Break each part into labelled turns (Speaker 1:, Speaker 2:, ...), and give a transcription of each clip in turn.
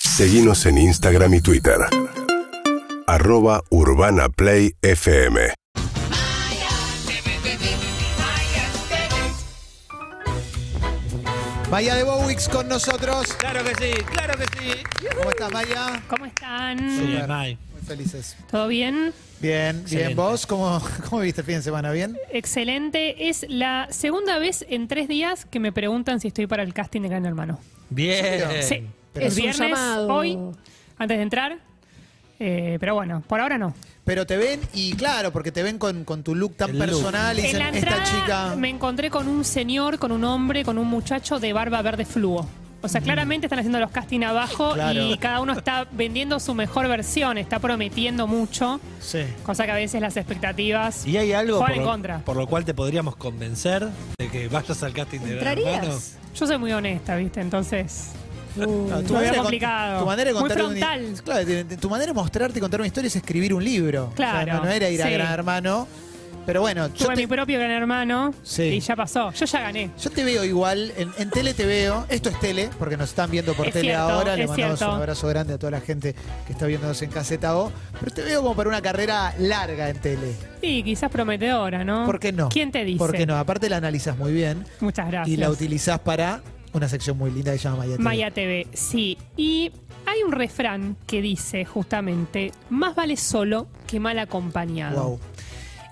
Speaker 1: Seguimos en Instagram y Twitter. Arroba Urbana Play FM.
Speaker 2: Maya de Bowix con nosotros.
Speaker 3: Claro que sí, claro que sí.
Speaker 2: ¿Cómo estás, Maya?
Speaker 4: ¿Cómo están?
Speaker 3: Bien, May.
Speaker 2: Muy felices.
Speaker 4: ¿Todo bien?
Speaker 2: Bien,
Speaker 3: Excelente.
Speaker 2: bien. ¿Vos cómo, cómo viste el fin de semana? ¿Bien?
Speaker 4: Excelente. Es la segunda vez en tres días que me preguntan si estoy para el casting de Gran Hermano.
Speaker 3: Bien.
Speaker 4: Sí,
Speaker 2: Eh, Pero
Speaker 4: es
Speaker 5: es un
Speaker 4: viernes,
Speaker 5: llamado.
Speaker 4: hoy, antes de entrar. Eh, pero bueno, por ahora no.
Speaker 2: Pero te ven, y claro, porque te ven con, con tu look tan
Speaker 3: El look.
Speaker 2: personal y
Speaker 4: en
Speaker 2: dicen,
Speaker 4: la
Speaker 2: esta
Speaker 4: entrada
Speaker 2: chica.
Speaker 4: me encontré con un señor, con un hombre, con un muchacho de barba verde fluo. O sea, claramente están haciendo los casting abajo
Speaker 2: Claro.
Speaker 4: y cada uno está vendiendo su mejor versión, está prometiendo mucho,
Speaker 2: Sí.
Speaker 4: cosa que a veces las expectativas
Speaker 3: Y hay algo
Speaker 4: juegan
Speaker 3: por
Speaker 4: en
Speaker 3: lo,
Speaker 4: contra.
Speaker 3: por lo cual te podríamos convencer de que vayas al casting de Gran Hermano.
Speaker 5: ¿Entrarías?
Speaker 4: Yo soy muy honesta, ¿viste? Entonces,
Speaker 5: Uh,
Speaker 2: No,
Speaker 4: Lo veo
Speaker 2: de con-
Speaker 4: complicado.
Speaker 2: tu manera de
Speaker 4: Muy
Speaker 2: contar un-
Speaker 4: frontal.
Speaker 2: claro, de- de- tu manera de mostrarte y contar una historia es escribir un libro. O sea,
Speaker 4: Claro,
Speaker 2: no, no era ir a
Speaker 4: sí.
Speaker 2: Gran Hermano. Pero bueno, yo
Speaker 4: tuve
Speaker 2: te,
Speaker 4: mi propio gran hermano
Speaker 2: Sí.
Speaker 4: y ya pasó. Yo ya gané.
Speaker 2: yo te veo igual. En, en tele te veo. Esto es tele, porque nos están viendo por
Speaker 4: Es
Speaker 2: tele
Speaker 4: cierto,
Speaker 2: ahora. Le
Speaker 4: es
Speaker 2: mandamos
Speaker 4: cierto.
Speaker 2: un abrazo grande a toda la gente que está viéndonos en Caseta O. Pero te veo como para una carrera larga en tele.
Speaker 4: Y quizás prometedora, ¿no?
Speaker 2: ¿Por qué no?
Speaker 4: Ah, ¿Quién te dice?
Speaker 2: ¿Por qué no? Aparte la analizas muy bien
Speaker 4: Muchas gracias.
Speaker 2: y la utilizás para una sección muy linda que se llama Maya TV.
Speaker 4: Maya TV, sí. Y hay un refrán que dice justamente, más vale solo que mal acompañado.
Speaker 2: Wow.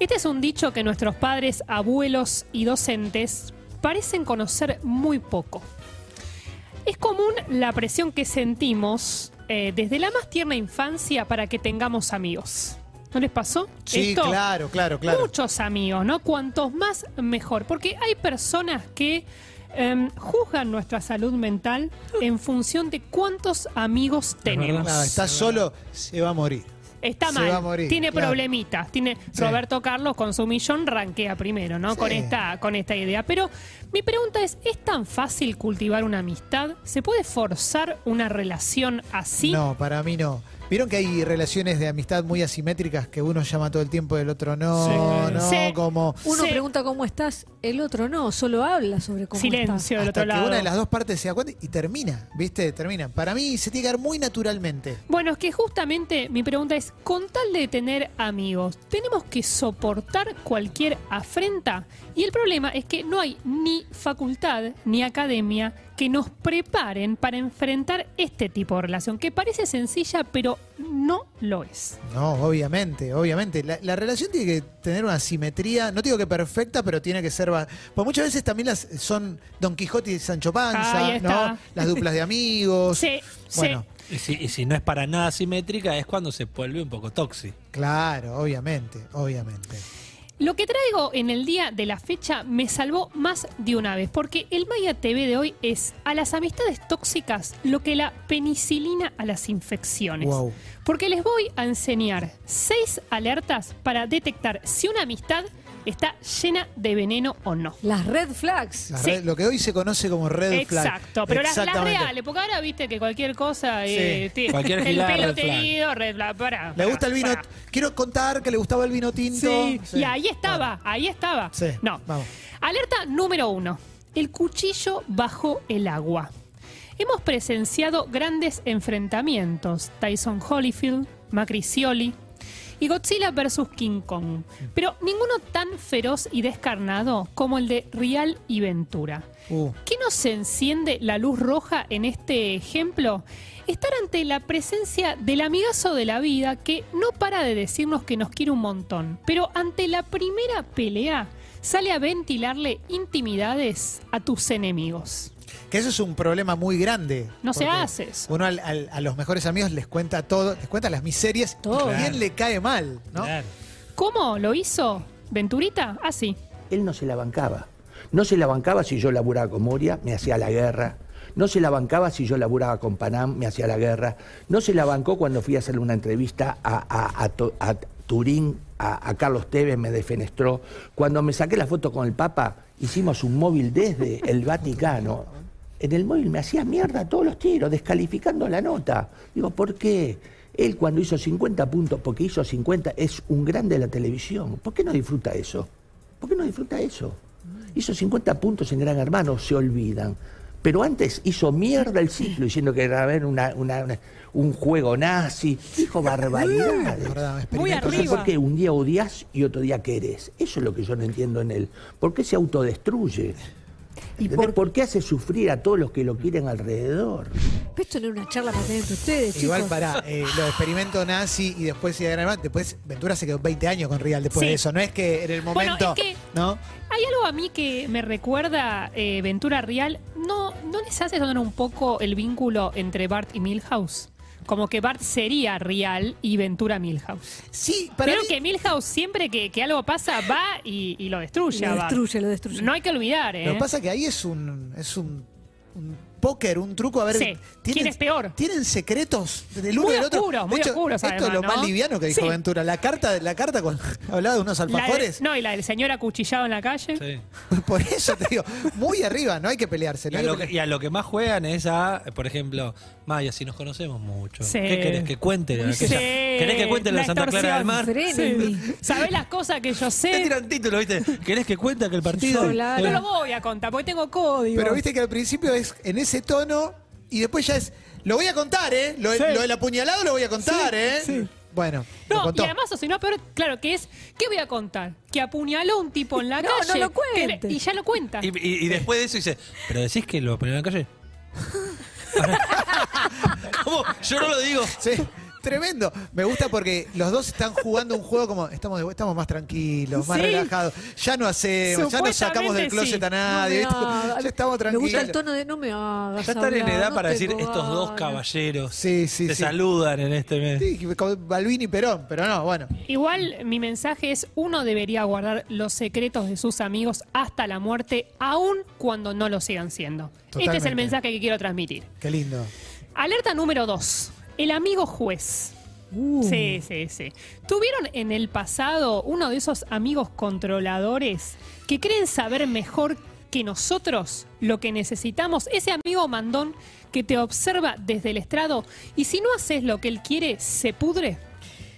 Speaker 4: Este es un dicho que nuestros padres, abuelos y docentes parecen conocer muy poco. Es común la presión que sentimos eh, desde la más tierna infancia para que tengamos amigos. ¿No les pasó?
Speaker 2: Sí,
Speaker 4: Esto,
Speaker 2: claro, claro, claro.
Speaker 4: Muchos amigos, ¿no? Cuantos más, mejor. Porque hay personas que em, juzgan nuestra salud mental en función de cuántos amigos tenemos.
Speaker 3: verdad.
Speaker 2: Nada, estás solo, se va a morir.
Speaker 4: Está
Speaker 2: Se
Speaker 4: mal.
Speaker 2: va a morir,
Speaker 4: tiene
Speaker 2: claro.
Speaker 4: problemitas. Tiene
Speaker 2: Sí.
Speaker 4: Roberto Carlos con su millón ranquea primero, ¿no?
Speaker 2: Sí.
Speaker 4: Con esta, con esta idea. Pero mi pregunta es: ¿es tan fácil cultivar una amistad? ¿Se puede forzar una relación así?
Speaker 2: No, para mí no. Vieron que hay relaciones de amistad muy asimétricas que uno llama todo el tiempo y el otro no,
Speaker 3: Sí, claro.
Speaker 2: no,
Speaker 4: Sí.
Speaker 2: como
Speaker 5: Uno
Speaker 4: Sí.
Speaker 5: pregunta cómo estás, el otro no, solo habla sobre cómo
Speaker 4: Silencio del
Speaker 2: hasta
Speaker 4: otro
Speaker 2: que
Speaker 4: lado.
Speaker 2: una de las dos partes se da cuenta y termina, ¿viste? Termina. Para mí se tiene que dar muy naturalmente.
Speaker 4: Bueno, es que justamente mi pregunta es, con tal de tener amigos, ¿tenemos que soportar cualquier afrenta? Y el problema es que no hay ni facultad ni academia que nos preparen para enfrentar este tipo de relación, que parece sencilla, pero no lo es.
Speaker 2: No, obviamente, obviamente. La, la relación tiene que tener una simetría, no digo que perfecta, pero tiene que ser... va- Porque muchas veces también las son Don Quijote y Sancho Panza,
Speaker 4: Ahí está.
Speaker 2: ¿no? Las duplas de amigos.
Speaker 4: Sí,
Speaker 2: Bueno,
Speaker 4: sí.
Speaker 3: Y si, y si no es para nada simétrica, es cuando se vuelve un poco tóxico.
Speaker 2: claro, obviamente, obviamente.
Speaker 4: Lo que traigo en el día de la fecha me salvó más de una vez, porque el Maya TV de hoy es a las amistades tóxicas lo que la penicilina a las infecciones.
Speaker 2: Wow.
Speaker 4: Porque les voy a enseñar seis alertas para detectar si una amistad está llena de veneno o no.
Speaker 5: Las red flags.
Speaker 2: Las
Speaker 4: Sí.
Speaker 2: red- lo que hoy se conoce como red flag.
Speaker 4: Exacto, pero las, las
Speaker 2: Exactamente.
Speaker 4: reales, porque ahora viste que cualquier cosa, eh,
Speaker 2: Sí.
Speaker 4: te-
Speaker 3: Cualquier
Speaker 4: el
Speaker 3: gilada,
Speaker 4: pelo
Speaker 3: red flag.
Speaker 4: teñido, red flag, para.
Speaker 2: Le gusta el vino.
Speaker 4: para.
Speaker 2: Quiero contar que le gustaba el vino tinto.
Speaker 4: Sí, y ahí estaba, ahí estaba.
Speaker 2: Sí,
Speaker 4: No.
Speaker 2: vamos.
Speaker 4: Alerta número uno. El cuchillo bajo el agua. Hemos presenciado grandes enfrentamientos. Tyson Holyfield, Macricioli y Godzilla vs. King
Speaker 2: Mm.
Speaker 4: Kong. Pero ninguno tan feroz y descarnado como el de Rial y Ventura.
Speaker 2: Uh,
Speaker 4: ¿Qué nos enciende la luz roja en este ejemplo? Estar ante la presencia del amigazo de la vida que no para de decirnos que nos quiere un montón, pero ante la primera pelea sale a ventilarle intimidades a tus enemigos.
Speaker 2: que eso es un problema muy grande.
Speaker 4: No se
Speaker 2: porque
Speaker 4: hace eso.
Speaker 2: Uno al- al- a los mejores amigos les cuenta todo, les cuenta las miserias.
Speaker 5: Todo.
Speaker 2: Y bien
Speaker 3: Claro.
Speaker 2: le cae mal, ¿no?
Speaker 3: Claro.
Speaker 4: ¿Cómo lo hizo Venturita? Ah, Así.
Speaker 6: Él no se la bancaba. No se la bancaba si yo laburaba con Moria, me hacía la guerra. No se la bancaba si yo laburaba con Panam, me hacía la guerra. No se la bancó cuando fui a hacerle una entrevista a, a- a Tu- a Turín, a, a Carlos Tevez, me defenestró. Cuando me saqué la foto con el Papa, hicimos un móvil desde el Vaticano. En el móvil me hacía mierda todos los tiros, descalificando la nota. Digo, ¿por qué? Él cuando hizo 50 puntos, porque hizo 50, es un grande de la televisión. ¿Por qué no disfruta eso? ¿Por qué no disfruta eso? Hizo 50 puntos en Gran Hermano, se olvidan. Pero antes hizo mierda el ciclo diciendo que era a ver, una- una- una- un juego nazi. Dijo barbaridades.
Speaker 2: Verdad,
Speaker 7: Muy
Speaker 2: experimento.
Speaker 6: Entonces,
Speaker 7: arriba.
Speaker 6: ¿por qué un día odias y otro día querés? Eso es lo que yo no entiendo en él. ¿Por qué se autodestruye?
Speaker 4: ¿Y
Speaker 6: ¿Entendés?
Speaker 4: por-
Speaker 6: por... qué hace sufrir a todos los que lo quieren alrededor?
Speaker 5: Pero esto no era una charla para tener entre ustedes, chicos.
Speaker 2: Igual para eh, los experimentos nazi y después se agarran- Después Ventura se quedó 20 años con Rial después
Speaker 4: Sí.
Speaker 2: de eso. No es que en el
Speaker 4: Bueno,
Speaker 2: momento.
Speaker 4: es que-
Speaker 2: ¿No?
Speaker 4: Hay algo a mí que me recuerda eh, Ventura Real. ¿No, ¿No les hace sonar un poco el vínculo entre Bart y Milhouse? Como que Bart sería Real y Ventura Milhouse.
Speaker 2: Sí, para
Speaker 4: Pero
Speaker 2: mí-
Speaker 4: que Milhouse siempre que, que algo pasa va y, y lo destruye.
Speaker 5: Lo
Speaker 4: a Bart.
Speaker 5: destruye, lo destruye.
Speaker 4: No hay que olvidar, ¿eh?
Speaker 2: Lo que pasa es que ahí es un. Es un, un póker, un truco. A ver.
Speaker 4: Sí. ¿Quién es peor?
Speaker 2: Tienen secretos del uno
Speaker 4: Muy
Speaker 2: y del otro.
Speaker 4: oscuros,
Speaker 2: De
Speaker 4: muy
Speaker 2: hecho,
Speaker 4: oscuros,
Speaker 2: Esto es lo
Speaker 4: además,
Speaker 2: más
Speaker 4: ¿no?
Speaker 2: liviano que dijo
Speaker 4: Sí.
Speaker 2: Ventura. La carta, la carta con, hablaba de unos
Speaker 4: La de-
Speaker 2: alfajores.
Speaker 4: no, y la del señor acuchillado en la calle.
Speaker 3: Sí.
Speaker 2: Por eso te digo, muy arriba, no hay que pelearse.
Speaker 3: Y
Speaker 2: no
Speaker 3: a,
Speaker 2: hay que
Speaker 3: lo que,
Speaker 2: pelearse.
Speaker 3: y a lo que más juegan es a, por ejemplo, Maya, si nos conocemos mucho.
Speaker 4: Sí.
Speaker 3: ¿Qué querés que cuente?
Speaker 4: Uy, sí.
Speaker 3: ¿Querés que cuente la, de Santa Clara del Mar?
Speaker 5: extorsión. Frenemy.
Speaker 4: ¿Sabés las cosas que yo
Speaker 3: Te
Speaker 4: sé?
Speaker 3: tiran título, ¿viste? ¿Querés que cuente que el partido?
Speaker 5: Solar.
Speaker 4: No
Speaker 3: Eh,
Speaker 4: lo voy a contar porque tengo código.
Speaker 2: Pero viste que al principio es en ese tono y después ya es, lo voy a contar, ¿eh? Lo, lo del apuñalado lo voy a contar, ¿eh? Bueno, lo
Speaker 4: No, y
Speaker 2: contó.
Speaker 4: además, o si no, peor, claro, que es, ¿qué voy a contar? Que apuñaló un tipo en la
Speaker 5: No,
Speaker 4: calle.
Speaker 5: no lo
Speaker 4: que le-
Speaker 5: cuente.
Speaker 4: Y ya lo cuenta.
Speaker 3: y, y- y después de eso dice, ¿pero decís que lo ponieron en la calle? ¿Cómo? Yo no lo digo.
Speaker 2: Sí, tremendo. Me gusta porque los dos están jugando un juego como estamos, de- estamos más tranquilos, más
Speaker 4: Sí.
Speaker 2: relajados. Ya no hacemos, ya no sacamos del
Speaker 4: Supuestamente
Speaker 2: closet
Speaker 4: sí.
Speaker 2: a nadie.
Speaker 5: No me
Speaker 2: ¿viste?
Speaker 5: hagas.
Speaker 2: Ya estamos
Speaker 5: Me gusta el
Speaker 2: tranquilos.
Speaker 5: tono de no me hagas.
Speaker 3: Ya están en
Speaker 5: hablar,
Speaker 3: edad
Speaker 5: no
Speaker 3: para
Speaker 5: te
Speaker 3: decir, estos dos
Speaker 5: cobanes".
Speaker 3: caballeros
Speaker 2: Sí, sí,
Speaker 3: se
Speaker 2: sí.
Speaker 3: saludan en este mes.
Speaker 2: Sí, con Balvin y Perón, pero no, bueno.
Speaker 4: Igual mi mensaje es, uno debería guardar los secretos de sus amigos hasta la muerte, aun cuando no lo sigan siendo. Este es
Speaker 2: Totalmente.
Speaker 4: el mensaje que quiero transmitir.
Speaker 2: Qué lindo.
Speaker 4: Alerta número 2. El amigo juez. Sí, sí, sí. ¿Tuvieron en el pasado uno de esos amigos controladores que creen saber mejor que nosotros lo que necesitamos? Ese amigo mandón que te observa desde el estrado y si no haces lo que él quiere, se pudre.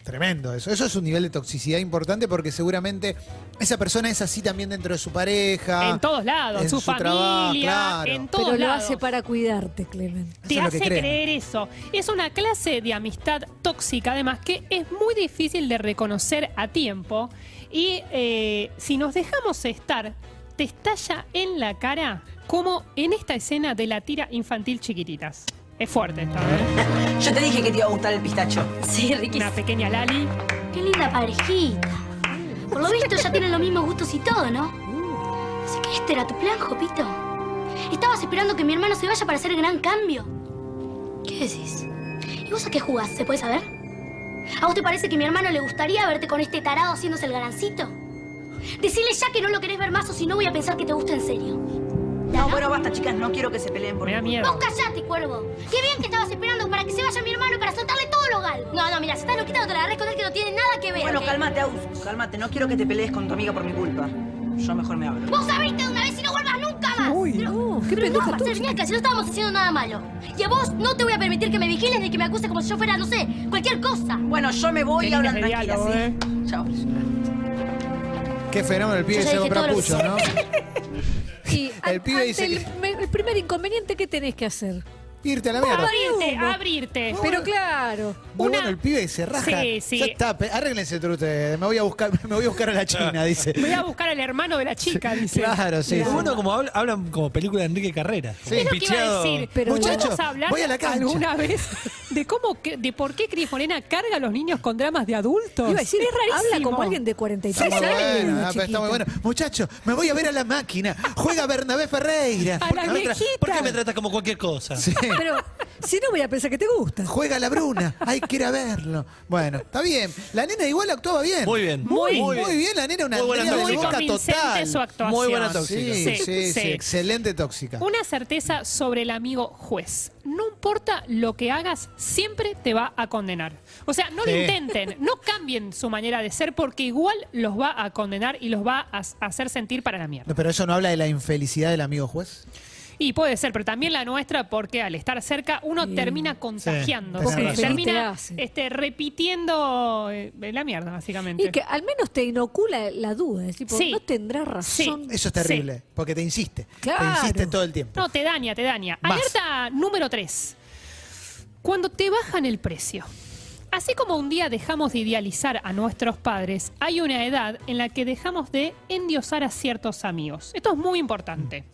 Speaker 2: Tremendo eso. Eso es un nivel de toxicidad importante porque seguramente esa persona es así también dentro de su pareja.
Speaker 4: en todos lados,
Speaker 2: Ah, en
Speaker 4: su,
Speaker 2: su trabajo,
Speaker 4: familia,
Speaker 2: claro.
Speaker 4: en todos
Speaker 5: Pero lo
Speaker 4: lados.
Speaker 5: hace para cuidarte, Clemen.
Speaker 4: Te
Speaker 2: Eso es lo
Speaker 4: hace
Speaker 2: que creen.
Speaker 4: creer eso. Es una clase de amistad tóxica, además, que es muy difícil de reconocer a tiempo. Y eh, si nos dejamos estar, te estalla en la cara, como en esta escena de la tira infantil chiquititas. Es fuerte esto, ¿eh?
Speaker 8: Yo te dije que te iba a gustar el pistacho.
Speaker 9: Sí,
Speaker 4: Una
Speaker 9: riquísimo.
Speaker 4: pequeña Lali.
Speaker 9: Qué linda parejita. Por lo visto ya tienen los mismos gustos y todo, ¿no? Así que este era tu plan, Jopito. Estabas esperando que mi hermano se vaya para hacer el gran cambio. ¿Qué decís? ¿Y vos a qué jugás? ¿Se puede saber? ¿A vos te parece que a mi hermano le gustaría verte con este tarado haciéndose el ganancito? Decirle ya que no lo querés ver más o si no voy a pensar que te gusta en serio.
Speaker 8: No, bueno, basta, chicas, no quiero que se peleen por
Speaker 4: Me da
Speaker 8: mí.
Speaker 4: miedo.
Speaker 9: Vos callate, cuervo. Qué bien que estabas esperando para que se vaya mi hermano para soltarle todo lo galgo. No, no, mira, si estás loquita no te la agarrés con él que no tiene nada que ver.
Speaker 8: Bueno,
Speaker 9: ¿ok?
Speaker 8: cálmate, Aus, cálmate. No quiero que te pelees con tu amiga por mi culpa. Yo mejor me hablo.
Speaker 9: Vos abriste de una vez y no vuelvas nunca más.
Speaker 5: Uy, no, qué pendeja
Speaker 9: no, Marcel,
Speaker 5: tú.
Speaker 9: Bianca, si no estábamos haciendo nada malo. Y a vos no te voy a permitir que me vigiles ni que me acuses como si yo fuera, no sé, cualquier cosa.
Speaker 8: Bueno, yo me voy
Speaker 4: Qué ¿eh?
Speaker 8: y hablan
Speaker 4: líneas de
Speaker 8: tranquilas, sí. Chao.
Speaker 2: Qué fenómeno el pibe que
Speaker 9: Yo ya
Speaker 2: se
Speaker 9: dije
Speaker 2: compra
Speaker 9: todo lo que
Speaker 2: pucho, ¿no?
Speaker 5: Y
Speaker 2: El
Speaker 5: el,
Speaker 2: pibe dice
Speaker 5: el,
Speaker 2: que-
Speaker 5: me- el primer inconveniente que tenés que hacer.
Speaker 2: Irte a la mierda.
Speaker 4: Abrirte,
Speaker 5: Humo.
Speaker 4: abrirte.
Speaker 5: Pero claro.
Speaker 2: Muy
Speaker 4: Una-
Speaker 2: bueno el pibe que se raja.
Speaker 4: Sí, sí.
Speaker 2: Ya está, pe- arréglense entre ustedes. Me voy a buscar, me voy a buscar a la China, dice.
Speaker 4: Voy a buscar al hermano de la chica, dice.
Speaker 2: Claro, sí. sí.
Speaker 3: Uno como habla- hablan como película de Enrique Carrera.
Speaker 2: Sí.
Speaker 4: Es lo que iba a
Speaker 3: Picheado.
Speaker 4: decir.
Speaker 5: Pero
Speaker 4: Muchachos,
Speaker 2: muchacho,
Speaker 4: hablar
Speaker 2: voy a la cancha.
Speaker 4: alguna vez de cómo, que- de por qué Cris Morena carga a los niños con dramas de adultos?
Speaker 5: Iba a decir,
Speaker 4: es rarísimo.
Speaker 5: habla como alguien de 43
Speaker 2: Está muy
Speaker 5: años.
Speaker 2: bueno, ah, pero está
Speaker 5: chiquito.
Speaker 2: muy bueno. Muchachos, me voy a ver a la máquina. Juega Bernabé Ferreira.
Speaker 4: A la
Speaker 3: ¿Por qué me tra-
Speaker 4: viejita.
Speaker 3: ¿Por qué me tratas como cualquier cosa?
Speaker 2: Sí.
Speaker 5: Pero si no voy a pensar que te gusta.
Speaker 2: Juega la Bruna. Hay que ir a verlo. Bueno, está bien. La nena igual actuaba bien.
Speaker 3: Muy bien.
Speaker 2: Muy, muy bien. la nena, una
Speaker 3: Muy buena
Speaker 2: Andrea de
Speaker 4: Muy
Speaker 3: tóxica.
Speaker 2: boca
Speaker 4: convincente
Speaker 2: total.
Speaker 4: su actuación.
Speaker 3: Muy buena tóxica.
Speaker 2: Sí, sí,
Speaker 4: Sí,
Speaker 2: sí,
Speaker 4: sí.
Speaker 2: Excelente tóxica.
Speaker 4: Una certeza sobre el amigo juez. No importa lo que hagas, siempre te va a condenar. O sea, no
Speaker 2: Sí.
Speaker 4: lo intenten, no cambien su manera de ser porque igual los va a condenar y los va a s- hacer sentir para la mierda.
Speaker 2: No, pero eso no habla de la infelicidad del amigo juez.
Speaker 4: Y puede ser, pero también la nuestra, porque al estar cerca uno termina contagiando.
Speaker 2: tenés razón.
Speaker 4: Termina
Speaker 5: Sí.
Speaker 4: este, repitiendo eh, la mierda, básicamente.
Speaker 5: Y que al menos te inocula la duda. Es tipo,
Speaker 4: Sí.
Speaker 5: no tendrás razón.
Speaker 2: Eso es terrible, porque te insiste. Te
Speaker 5: Claro.
Speaker 2: insiste todo el tiempo.
Speaker 4: No, te daña, te daña.
Speaker 2: Más.
Speaker 4: Alerta número 3. Cuando te bajan el precio. Así como un día dejamos de idealizar a nuestros padres, hay una edad en la que dejamos de endiosar a ciertos amigos. Esto es muy importante.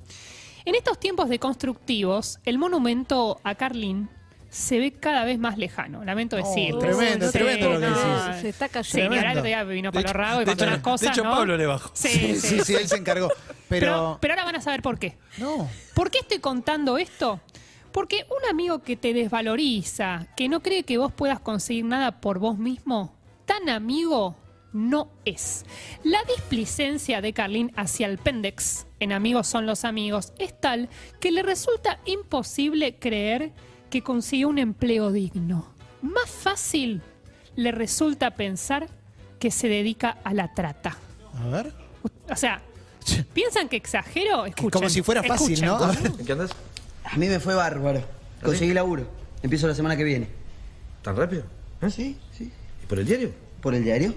Speaker 4: En estos tiempos de constructivos, el monumento a Carlín se ve cada vez más lejano. Lamento decirlo.
Speaker 2: tremendo,
Speaker 4: Sí,
Speaker 2: tremendo lo que
Speaker 4: no,
Speaker 2: decís.
Speaker 5: Se está
Speaker 4: Sí, ni hablar,
Speaker 5: cayendo.
Speaker 4: el
Speaker 2: Tremendo.
Speaker 4: otro día vino
Speaker 3: De
Speaker 4: para
Speaker 3: hecho-
Speaker 4: y
Speaker 3: de
Speaker 4: contó
Speaker 3: hecho-
Speaker 4: unas
Speaker 3: de
Speaker 4: cosas.
Speaker 3: hecho,
Speaker 4: ¿no?
Speaker 3: Pablo le bajó.
Speaker 4: Sí,
Speaker 2: Sí,
Speaker 4: sí.
Speaker 2: sí, sí, él se encargó.
Speaker 4: Pero,
Speaker 2: Pero.
Speaker 4: pero ahora van a saber por qué.
Speaker 2: no.
Speaker 4: ¿Por qué estoy contando esto? Porque un amigo que te desvaloriza, que no cree que vos puedas conseguir nada por vos mismo, tan amigo no es. La displicencia de Carlín hacia el pendex, en Amigos son los amigos, es tal que le resulta imposible creer que consiguió un empleo digno. Más fácil le resulta pensar que se dedica a la trata.
Speaker 2: A ver.
Speaker 4: O sea, ¿piensan que exagero? Escuchen,
Speaker 2: Como si fuera fácil,
Speaker 4: escuchen.
Speaker 2: ¿no? A ver.
Speaker 7: ¿En qué andas?
Speaker 8: A mí me fue bárbaro. Conseguí laburo. Empiezo la semana que viene.
Speaker 7: ¿Ah,
Speaker 8: ¿Ah,
Speaker 7: ¿Tan rápido? ¿Eh?
Speaker 8: Sí, sí.
Speaker 7: ¿Y por el diario?
Speaker 8: ¿Por el diario?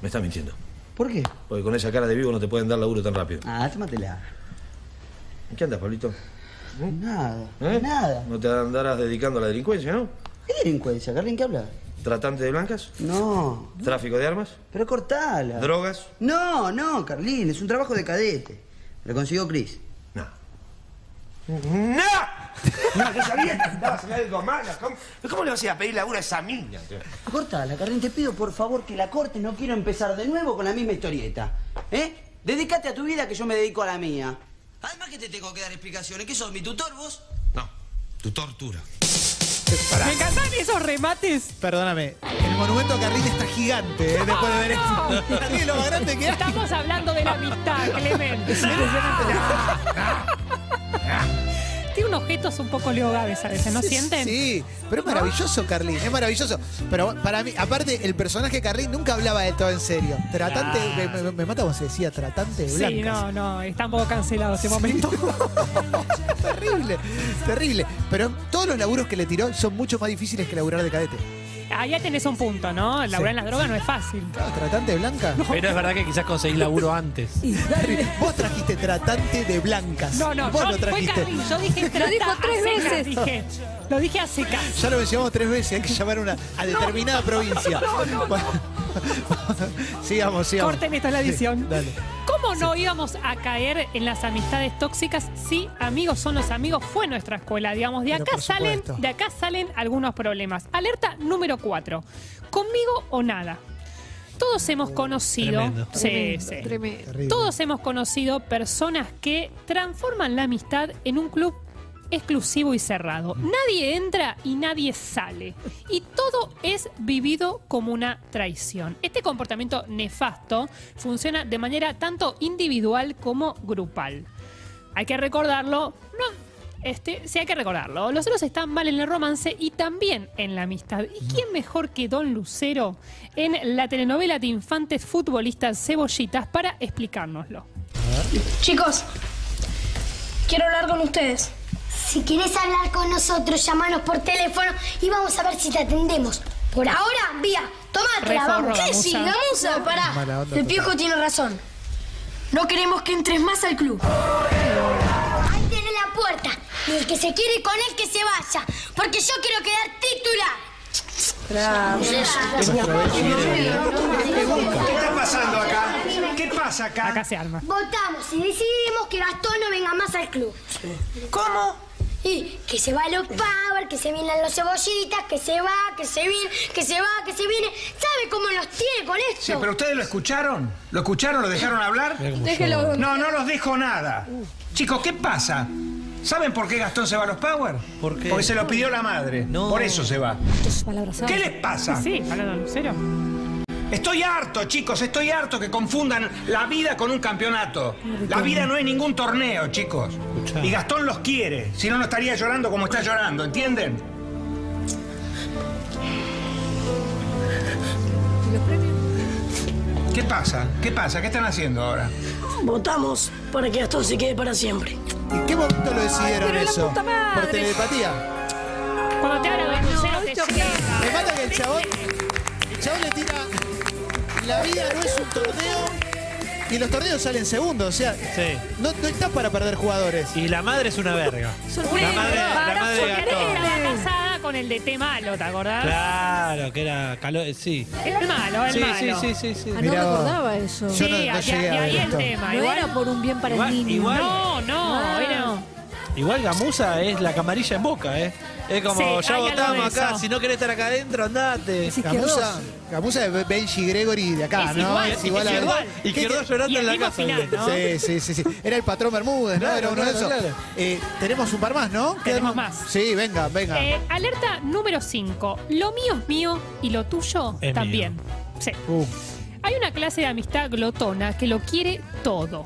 Speaker 7: Me estás mintiendo.
Speaker 8: ¿Por qué?
Speaker 7: Porque con esa cara de vivo no te pueden dar laburo tan rápido.
Speaker 8: Ah, tómatela.
Speaker 7: ¿En qué andas, Pablito?
Speaker 8: Nada,
Speaker 7: ¿Eh?
Speaker 8: nada.
Speaker 7: No te andarás dedicando a la delincuencia, ¿no?
Speaker 8: ¿Qué delincuencia, Carlin? ¿Qué habla?
Speaker 7: ¿Tratante de blancas?
Speaker 8: No,
Speaker 7: ¿Tráfico de armas?
Speaker 8: pero cortala.
Speaker 7: ¿Drogas?
Speaker 8: No, no, Carlin, es un trabajo de cadete. Me lo consiguió Chris.
Speaker 7: No. ¡No! No, yo sabía que andabas en algo malo. ¿Cómo, ¿Cómo le vas a ir a pedir laburo a esa mina?
Speaker 8: Cortala, Carlin, te pido por favor que la cortes. No quiero empezar de nuevo con la misma historieta. ¿Eh? Dedícate a tu vida que yo me dedico a la mía. Además que te tengo que dar explicaciones. ¿Qué sos, mi tutor vos?
Speaker 7: No, tu tortura.
Speaker 4: Me encantan esos remates.
Speaker 2: Perdóname, el monumento a Carril está gigante eh, después de ver esto. Carril, lo más grande que hay.
Speaker 4: Estamos hablando de la amistad, Clemente. Tiene unos objetos un poco Leo Gávez a veces, ¿no
Speaker 2: Sí,
Speaker 4: sienten?
Speaker 2: Sí, pero es maravilloso Carlín, es maravilloso. Pero para mí, aparte, el personaje Carlín nunca hablaba de todo en serio. Tratante, me, me- me mata cuando se decía tratante de blancas.
Speaker 4: Sí, no, no, está un poco cancelado ese momento.
Speaker 2: terrible, terrible. Pero todos los laburos que le tiró son mucho más difíciles que laburar de cadete.
Speaker 4: Allá tenés un punto, ¿no? Laburar en las drogas no es fácil.
Speaker 2: Claro, Ah, tratante de blanca.
Speaker 3: Pero es verdad que quizás conseguís laburo antes.
Speaker 5: Y dale.
Speaker 2: Vos trajiste tratante de blancas.
Speaker 4: No, no,
Speaker 2: Vos lo
Speaker 4: yo, fue
Speaker 2: trajiste.
Speaker 4: Carlín, yo dije
Speaker 5: Lo dijo
Speaker 4: trata
Speaker 5: tres
Speaker 4: a secas,
Speaker 5: veces.
Speaker 4: dije. Lo dije a secas.
Speaker 2: Ya lo mencionamos tres veces, hay que llamar a una, a determinada provincia. Bueno, sigamos, sigamos.
Speaker 4: Corten esto es la edición.
Speaker 2: Sí, dale.
Speaker 4: ¿Cómo no íbamos a caer en las amistades tóxicas si amigos son los amigos? Fue nuestra escuela, digamos. De
Speaker 2: Pero
Speaker 4: acá
Speaker 2: por
Speaker 4: salen,
Speaker 2: supuesto.
Speaker 4: de acá salen algunos problemas. Alerta número 4. Conmigo o nada. Todos hemos conocido.
Speaker 3: tremendo.
Speaker 4: Sí,
Speaker 5: Tremendo,
Speaker 4: sí.
Speaker 5: tremendo.
Speaker 2: Terrible.
Speaker 4: Todos hemos conocido personas que transforman la amistad en un club exclusivo y cerrado. Nadie entra y nadie sale. Y todo es vivido como una traición. Este comportamiento nefasto funciona de manera tanto individual como grupal. Hay que recordarlo. No, este, sí hay que recordarlo. Los celos están mal en el romance y también en la amistad. ¿Y quién mejor que Don Lucero en la telenovela de infantes futbolistas cebollitas para explicárnoslo?
Speaker 10: Chicos, quiero hablar con ustedes.
Speaker 9: Si querés hablar con nosotros, llamanos por teléfono y vamos a ver si te atendemos. Por ahora, vía,
Speaker 4: Re
Speaker 10: Tomátela,
Speaker 4: forro,
Speaker 10: vamos.
Speaker 4: gamusa.
Speaker 10: ¿Qué sí, gamusa? Pará.
Speaker 2: Mala onda
Speaker 10: El viejo tiene razón. No queremos que entres más al club.
Speaker 9: ahí tenés la puerta. Y el que se quiere ir con él, que se vaya. Porque yo quiero quedar titular.
Speaker 7: ¿Qué está pasando acá? ¿Qué pasa
Speaker 2: Ah.
Speaker 4: Acá se arma.
Speaker 9: Votamos y decidimos que Gastón no venga más al club.
Speaker 8: ¿Cómo?
Speaker 9: Y que se va los power, que se vienen los cebollitas, que se va, que se viene, que se va, que se viene. ¿Sabe cómo los tiene con esto?
Speaker 11: Sí, pero ustedes lo escucharon, lo escucharon, lo dejaron hablar.
Speaker 5: Déjelo.
Speaker 11: No, no los dejo nada. Chicos, ¿qué pasa? ¿Saben por qué Gastón se va a los Power?
Speaker 3: ¿Por qué?
Speaker 11: Porque se lo pidió la madre.
Speaker 3: No.
Speaker 11: Por eso se va.
Speaker 5: Tus palabras
Speaker 11: ¿Qué
Speaker 5: sabias.
Speaker 11: les pasa?
Speaker 4: Sí, para Don Lucero.
Speaker 11: Estoy harto, chicos, estoy harto que confundan la vida con un campeonato. La vida no es ningún torneo, chicos.
Speaker 3: Escuchá.
Speaker 11: Y Gastón los quiere, si no, no estaría llorando como está llorando, ¿entienden? ¿Qué pasa? ¿Qué pasa? ¿Qué están haciendo ahora?
Speaker 10: Votamos para que Gastón se quede para siempre.
Speaker 2: ¿En qué momento lo decidieron
Speaker 10: pero la
Speaker 2: eso?
Speaker 10: puta madre.
Speaker 2: Por telepatía.
Speaker 4: Cuando te habla de crucero, te llega.
Speaker 2: Me mata que el chabón, el chabón le tira. La vida no es un torneo. Y los torneos salen segundos, o sea, no, no estás para perder jugadores.
Speaker 3: Y la madre es una verga.
Speaker 4: Sorprende,
Speaker 3: La madre, la
Speaker 4: para
Speaker 3: madre de
Speaker 4: porque
Speaker 3: Gastón.
Speaker 4: estaba casada con el de té malo, ¿te acordás?
Speaker 3: Claro, que era calor. Sí.
Speaker 4: El malo, Ah. el
Speaker 3: Sí,
Speaker 4: malo.
Speaker 3: sí, sí, sí, sí.
Speaker 5: Ah, no
Speaker 3: Mirá vos.
Speaker 5: recordaba eso.
Speaker 4: Sí, a- de- de ahí el tema.
Speaker 5: No
Speaker 4: igual,
Speaker 5: era por un bien para
Speaker 3: Igual-
Speaker 5: el niño.
Speaker 3: igual-
Speaker 4: No, no,
Speaker 5: Ah.
Speaker 4: era-
Speaker 3: Igual Gamusa es la camarilla en boca, ¿eh? Es como,
Speaker 4: Sí,
Speaker 3: ya
Speaker 4: hay algo de
Speaker 3: votamos acá,
Speaker 4: eso.
Speaker 3: si no querés estar acá adentro, andate.
Speaker 2: Gamusa, Gamusa es Benji Gregory de acá,
Speaker 3: Es
Speaker 2: ¿no?
Speaker 3: igual, es
Speaker 2: a-
Speaker 3: igual. Y
Speaker 2: ¿Qué-
Speaker 3: quedó
Speaker 2: qué-
Speaker 3: llorando Y en la el mismo casa, final, ¿no?
Speaker 2: Sí, sí, sí, sí. Era el patrón Bermúdez, ¿no?
Speaker 3: Claro,
Speaker 2: Era uno de
Speaker 3: claro,
Speaker 2: esos.
Speaker 3: claro.
Speaker 2: Eh, tenemos un par más, ¿no?
Speaker 4: Tenemos
Speaker 2: Quedan-
Speaker 4: más.
Speaker 2: Sí, venga, venga.
Speaker 4: Eh, alerta número 5. Lo mío es mío y lo tuyo
Speaker 2: Es
Speaker 4: también. Sí.
Speaker 2: Uh,
Speaker 4: Hay una clase de amistad glotona que lo quiere todo.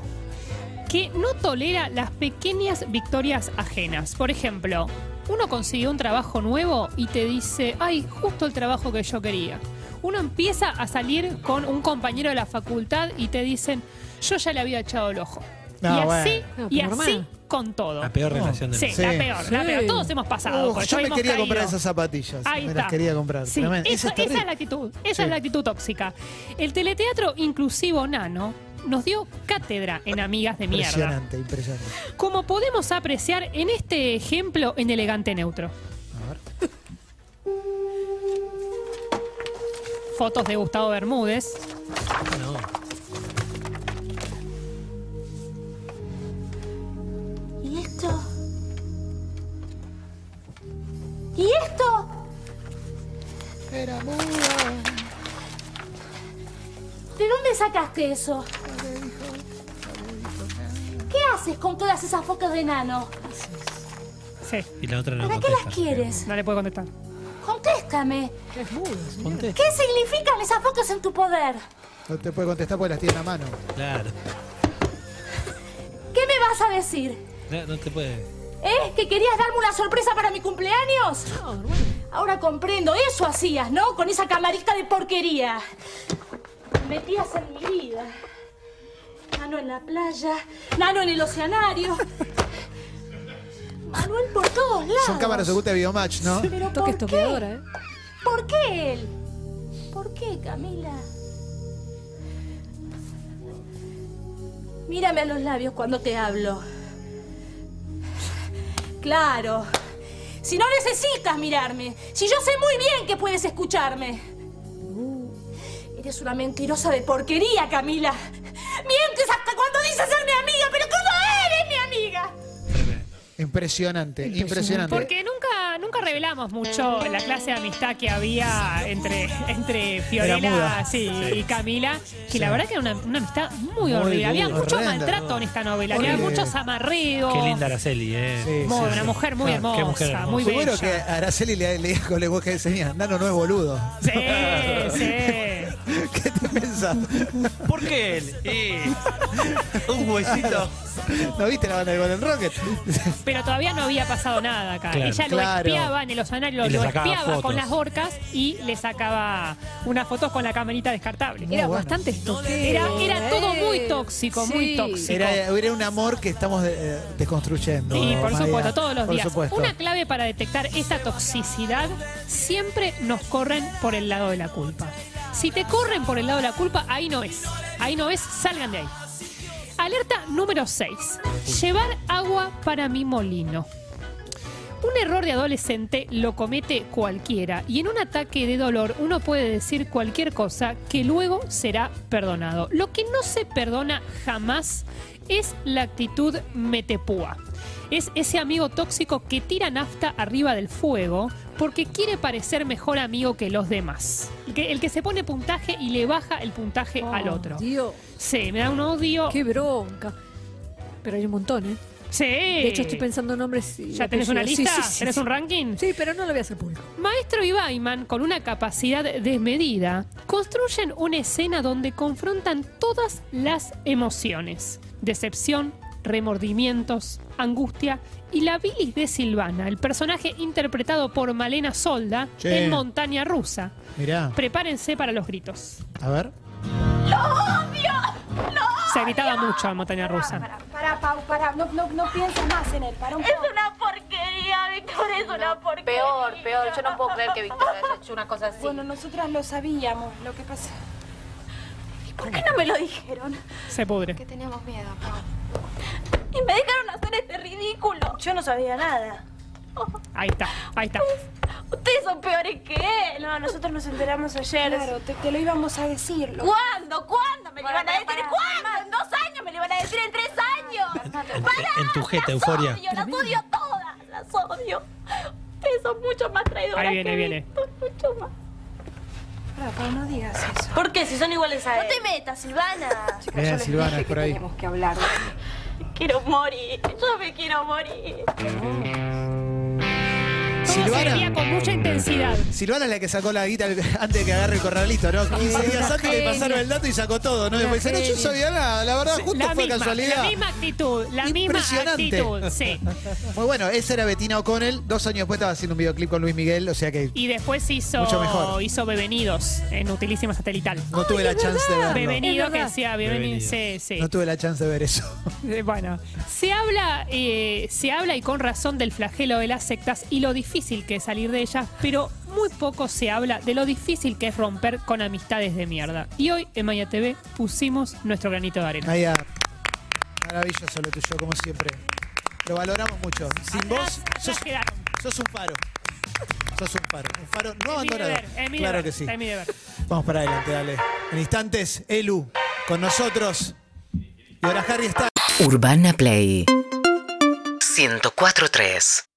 Speaker 4: Que no tolera las pequeñas victorias ajenas. Por ejemplo, uno consiguió un trabajo nuevo y te dice, ay, justo el trabajo que yo quería. Uno empieza a salir con un compañero de la facultad y te dicen, yo ya le había echado el ojo.
Speaker 3: No,
Speaker 2: Ah,
Speaker 4: y así,
Speaker 3: bueno.
Speaker 5: No,
Speaker 4: y
Speaker 5: pero
Speaker 4: así
Speaker 5: normal.
Speaker 4: con todo.
Speaker 3: La peor relación del
Speaker 4: Sí,
Speaker 3: mundo.
Speaker 4: la
Speaker 3: Sí.
Speaker 4: peor, la peor.
Speaker 5: Sí.
Speaker 4: Todos hemos pasado.
Speaker 2: Uf,
Speaker 4: por eso
Speaker 2: yo me
Speaker 4: hemos
Speaker 2: quería
Speaker 4: caído.
Speaker 2: comprar esas zapatillas.
Speaker 4: Ahí
Speaker 2: me
Speaker 4: está.
Speaker 2: las quería comprar.
Speaker 4: Sí,
Speaker 2: Tremendo. Esa
Speaker 4: esa,
Speaker 2: es
Speaker 4: esa es
Speaker 2: terrible.
Speaker 4: la actitud, esa es
Speaker 2: Sí.
Speaker 4: la actitud tóxica. El teleteatro inclusivo nano nos dio cátedra en Amigas de Mierda.
Speaker 2: Impresionante, impresionante.
Speaker 4: Como podemos apreciar en este ejemplo en Elegante Neutro. Fotos de Gustavo Bermúdez.
Speaker 9: ¿Y esto? ¿Y esto? Era ¿De dónde sacaste eso? ¿Qué haces con todas esas focas de nano?
Speaker 4: Sí.
Speaker 3: Y la otra no
Speaker 9: ¿Para qué
Speaker 3: contesta.
Speaker 9: las quieres?
Speaker 4: No le puedo contestar.
Speaker 9: Contéstame. ¿Qué significan esas focas en tu poder?
Speaker 2: No te puede contestar porque las tiene en la mano.
Speaker 3: Claro.
Speaker 9: ¿Qué me vas a decir?
Speaker 3: No, no te puede.
Speaker 9: ¿Eh? ¿Que querías darme una sorpresa para mi cumpleaños? Ahora comprendo, eso hacías, ¿no? Con esa camarita de porquería. Me metías en mi vida. Nano en la playa, Nano en el oceanario. Manuel por todos lados.
Speaker 2: Son cámaras ocultas de Videomatch, ¿no?
Speaker 9: Pero
Speaker 5: Toque
Speaker 9: ¿por
Speaker 5: estoqueadora,
Speaker 9: qué? ¿Por qué él? ¿Por qué, Camila? Mírame a los labios cuando te hablo. Claro. Si no necesitas mirarme, si yo sé muy bien que puedes escucharme. Uh, Eres una mentirosa de porquería, Camila. Mientes hasta cuando dices ser mi amiga, pero tú no eres mi amiga.
Speaker 2: Impresionante, impresionante.
Speaker 4: Porque nunca, nunca revelamos mucho la clase de amistad que había entre, entre
Speaker 2: Era
Speaker 4: Fiorella
Speaker 2: muda.
Speaker 4: sí,
Speaker 2: Sí.
Speaker 4: y Camila, que
Speaker 2: Sí.
Speaker 4: la verdad que era una, una amistad muy,
Speaker 3: Muy
Speaker 4: horrible. Había
Speaker 3: dura,
Speaker 4: mucho
Speaker 3: horrenda.
Speaker 4: maltrato en esta novela,
Speaker 3: Horrible.
Speaker 4: había muchos amarreos.
Speaker 3: Qué linda Araceli, ¿eh?
Speaker 4: Muy, una mujer muy
Speaker 3: Claro, qué mujer
Speaker 4: hermosa, muy
Speaker 2: Fue
Speaker 4: bella.
Speaker 2: bueno que a Araceli le, le dijo, le vos que enseñás, Nano no es boludo.
Speaker 4: Sí, sí.
Speaker 2: ¿Qué te pensás?
Speaker 3: ¿Por qué él? Eh, un huesito.
Speaker 2: ¿No viste la banda de Golden Rocket?
Speaker 4: Pero todavía no había pasado nada acá.
Speaker 2: Claro.
Speaker 4: Ella lo
Speaker 2: Claro.
Speaker 4: espiaba en el oceanario,
Speaker 2: Y le
Speaker 4: lo
Speaker 2: sacaba
Speaker 4: espiaba
Speaker 2: fotos.
Speaker 4: con las orcas y le sacaba unas fotos con la camarita descartable.
Speaker 5: Era bastante estoque.
Speaker 4: Era, era todo muy tóxico, muy tóxico.
Speaker 2: Era, era un amor que estamos eh, desconstruyendo.
Speaker 4: Sí, por
Speaker 2: María.
Speaker 4: supuesto, todos los
Speaker 2: Por
Speaker 4: días.
Speaker 2: supuesto.
Speaker 4: Una clave para detectar esta toxicidad, siempre nos corren por el lado de la culpa. Si te corren por el lado de la culpa, ahí no es. Ahí no es, salgan de ahí. Alerta número 6. Llevar agua para mi molino. Un error de adolescente lo comete cualquiera y en un ataque de dolor uno puede decir cualquier cosa que luego será perdonado. Lo que no se perdona jamás es la actitud metepúa. Es ese amigo tóxico que tira nafta arriba del fuego porque quiere parecer mejor amigo que los demás. El que, el que se pone puntaje y le baja el puntaje al otro. Oh.
Speaker 5: Dios,
Speaker 4: Sí, me da un odio.
Speaker 5: Oh, qué bronca. Pero hay un montón, ¿eh?
Speaker 4: Sí.
Speaker 5: De hecho, estoy pensando en nombres. y
Speaker 4: ¿Ya tenés una
Speaker 5: apellidos. Sí,
Speaker 4: lista?
Speaker 5: sí, sí,
Speaker 4: ¿Tenés
Speaker 5: sí.
Speaker 4: un ranking?
Speaker 5: Sí, pero no lo voy a hacer público.
Speaker 4: Maestro y Baiman, con una capacidad desmedida, construyen una escena donde confrontan todas las emociones. Decepción, remordimientos, angustia y la bilis de Silvana, el personaje interpretado por Malena Solda
Speaker 2: Che.
Speaker 4: en Montaña Rusa.
Speaker 2: Mirá,
Speaker 4: Prepárense para los gritos.
Speaker 2: a ver.
Speaker 9: ¡Lo odio! ¡Lo
Speaker 4: Sí, Se gritaba mucho en montaña rusa.
Speaker 5: Pará, Pau, pará. No, no, no pienses más en él. Para un
Speaker 9: Es una porquería, Víctor, es una porquería.
Speaker 5: Peor, peor.
Speaker 9: Yo no puedo creer que Víctor haya hecho una cosa así.
Speaker 5: Bueno, nosotras lo sabíamos, lo que pasa.
Speaker 9: ¿Y por qué no me lo dijeron?
Speaker 4: Se pudre.
Speaker 9: Que teníamos miedo, Y me dejaron hacer este ridículo.
Speaker 5: Yo no sabía nada.
Speaker 4: Ahí está, ahí está.
Speaker 9: Ustedes son peores que él.
Speaker 5: No, nosotros nos enteramos ayer. Claro, te, te lo íbamos a decir.
Speaker 9: Uh.
Speaker 5: lo-
Speaker 9: ¿Cuándo? ¿Cuándo me
Speaker 5: Bueno,
Speaker 9: lo iban a
Speaker 5: pero
Speaker 9: decir?
Speaker 5: pará,
Speaker 9: ¿Cuándo? ¿En dos años me lo iban a decir? ¿En tres años? ¡Para!
Speaker 12: En tu jeta, euforia.
Speaker 9: Yo las odio todas, las odio. Ustedes son mucho más traidoras
Speaker 12: Ahí viene,
Speaker 9: que
Speaker 12: viene.
Speaker 9: Víctor, mucho más.
Speaker 5: Pará, Pau, no digas eso.
Speaker 9: ¿Por qué? Si son iguales a él. No te metas, Silvana.
Speaker 2: Bien, Silvana, es por ahí.
Speaker 5: Tenemos que hablar.
Speaker 9: Quiero morir. Yo me quiero morir.
Speaker 4: Silvana. con mucha intensidad.
Speaker 3: Silvana es la que sacó la guita al- antes de que agarre el corralito, ¿no? 15
Speaker 4: Sí,
Speaker 3: días
Speaker 4: una
Speaker 3: antes le
Speaker 4: genia.
Speaker 3: pasaron el dato y sacó todo, ¿no?
Speaker 4: Una
Speaker 3: Después dice, no, yo
Speaker 4: genia.
Speaker 3: sabía nada, la verdad,
Speaker 4: Sí,
Speaker 3: justo
Speaker 4: la
Speaker 3: fue
Speaker 4: misma,
Speaker 3: casualidad.
Speaker 4: La misma actitud, la misma
Speaker 3: Impresionante.
Speaker 4: actitud, sí.
Speaker 3: Muy bueno, esa era Betina O'Connell. Dos años después estaba haciendo un videoclip con Luis Miguel, o sea que
Speaker 4: Y después
Speaker 3: Mucho mejor.
Speaker 4: hizo, hizo Bevenidos en Utilísima Satelital.
Speaker 3: no tuve la chance de verlo.
Speaker 4: Bevenido, que decía Bevenido.
Speaker 3: Bevenidos.
Speaker 4: Sí, sí.
Speaker 3: No tuve la chance de ver eso.
Speaker 4: Eh, Bueno, se habla, eh, se habla y con razón del flagelo de las sectas y lo difícil que es salir de ellas, pero muy poco se habla de lo difícil que es romper con amistades de mierda. Y hoy en Maya TV pusimos nuestro granito de arena.
Speaker 3: Maya, ah, maravilloso lo tuyo, como siempre. Lo valoramos mucho. Sin vos, sos, sos un faro. Sos un faro. Un faro no
Speaker 4: Es mi
Speaker 3: abandonado.
Speaker 4: deber, es mi
Speaker 3: claro
Speaker 4: deber,
Speaker 3: que sí.
Speaker 4: es mi deber.
Speaker 3: Vamos para adelante, dale. En instantes, Elu, con nosotros. Y ahora Harry está.
Speaker 13: Urbana Play 104.3